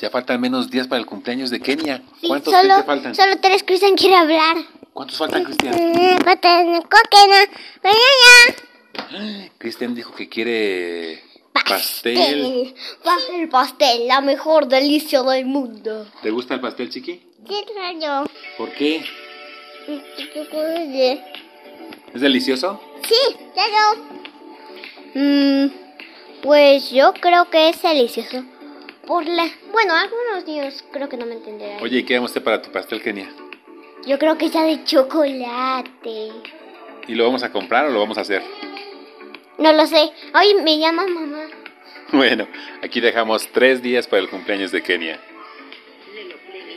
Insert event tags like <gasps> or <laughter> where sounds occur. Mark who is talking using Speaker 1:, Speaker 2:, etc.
Speaker 1: Ya faltan menos días para el cumpleaños de Kenia.
Speaker 2: Sí,
Speaker 1: ¿Cuántos
Speaker 2: solo,
Speaker 1: días te faltan?
Speaker 2: Solo tres Cristian quiere hablar.
Speaker 1: ¿Cuántos faltan, Cristian?
Speaker 2: Mm, Patanacóquena. Ven allá.
Speaker 1: <gasps> Cristian dijo que quiere pastel.
Speaker 2: Pastel. Pastel, pastel, la mejor delicia del mundo.
Speaker 1: ¿Te gusta el pastel, Chiqui?
Speaker 2: Qué extraño.
Speaker 1: ¿Por qué?
Speaker 2: Sí,
Speaker 1: ¿Es delicioso?
Speaker 2: claro. Mm, pues yo creo que es delicioso. Por la... Bueno, algunos niños creo que no me entenderán.
Speaker 1: Oye, ¿y qué vamos a hacer para tu pastel, Kenia?
Speaker 2: Yo creo que sea de chocolate.
Speaker 1: ¿Y lo vamos a comprar o lo vamos a hacer? <laughs>
Speaker 2: No lo sé. Hoy me llama mamá.
Speaker 1: Bueno, aquí dejamos tres días para el cumpleaños de Kenia.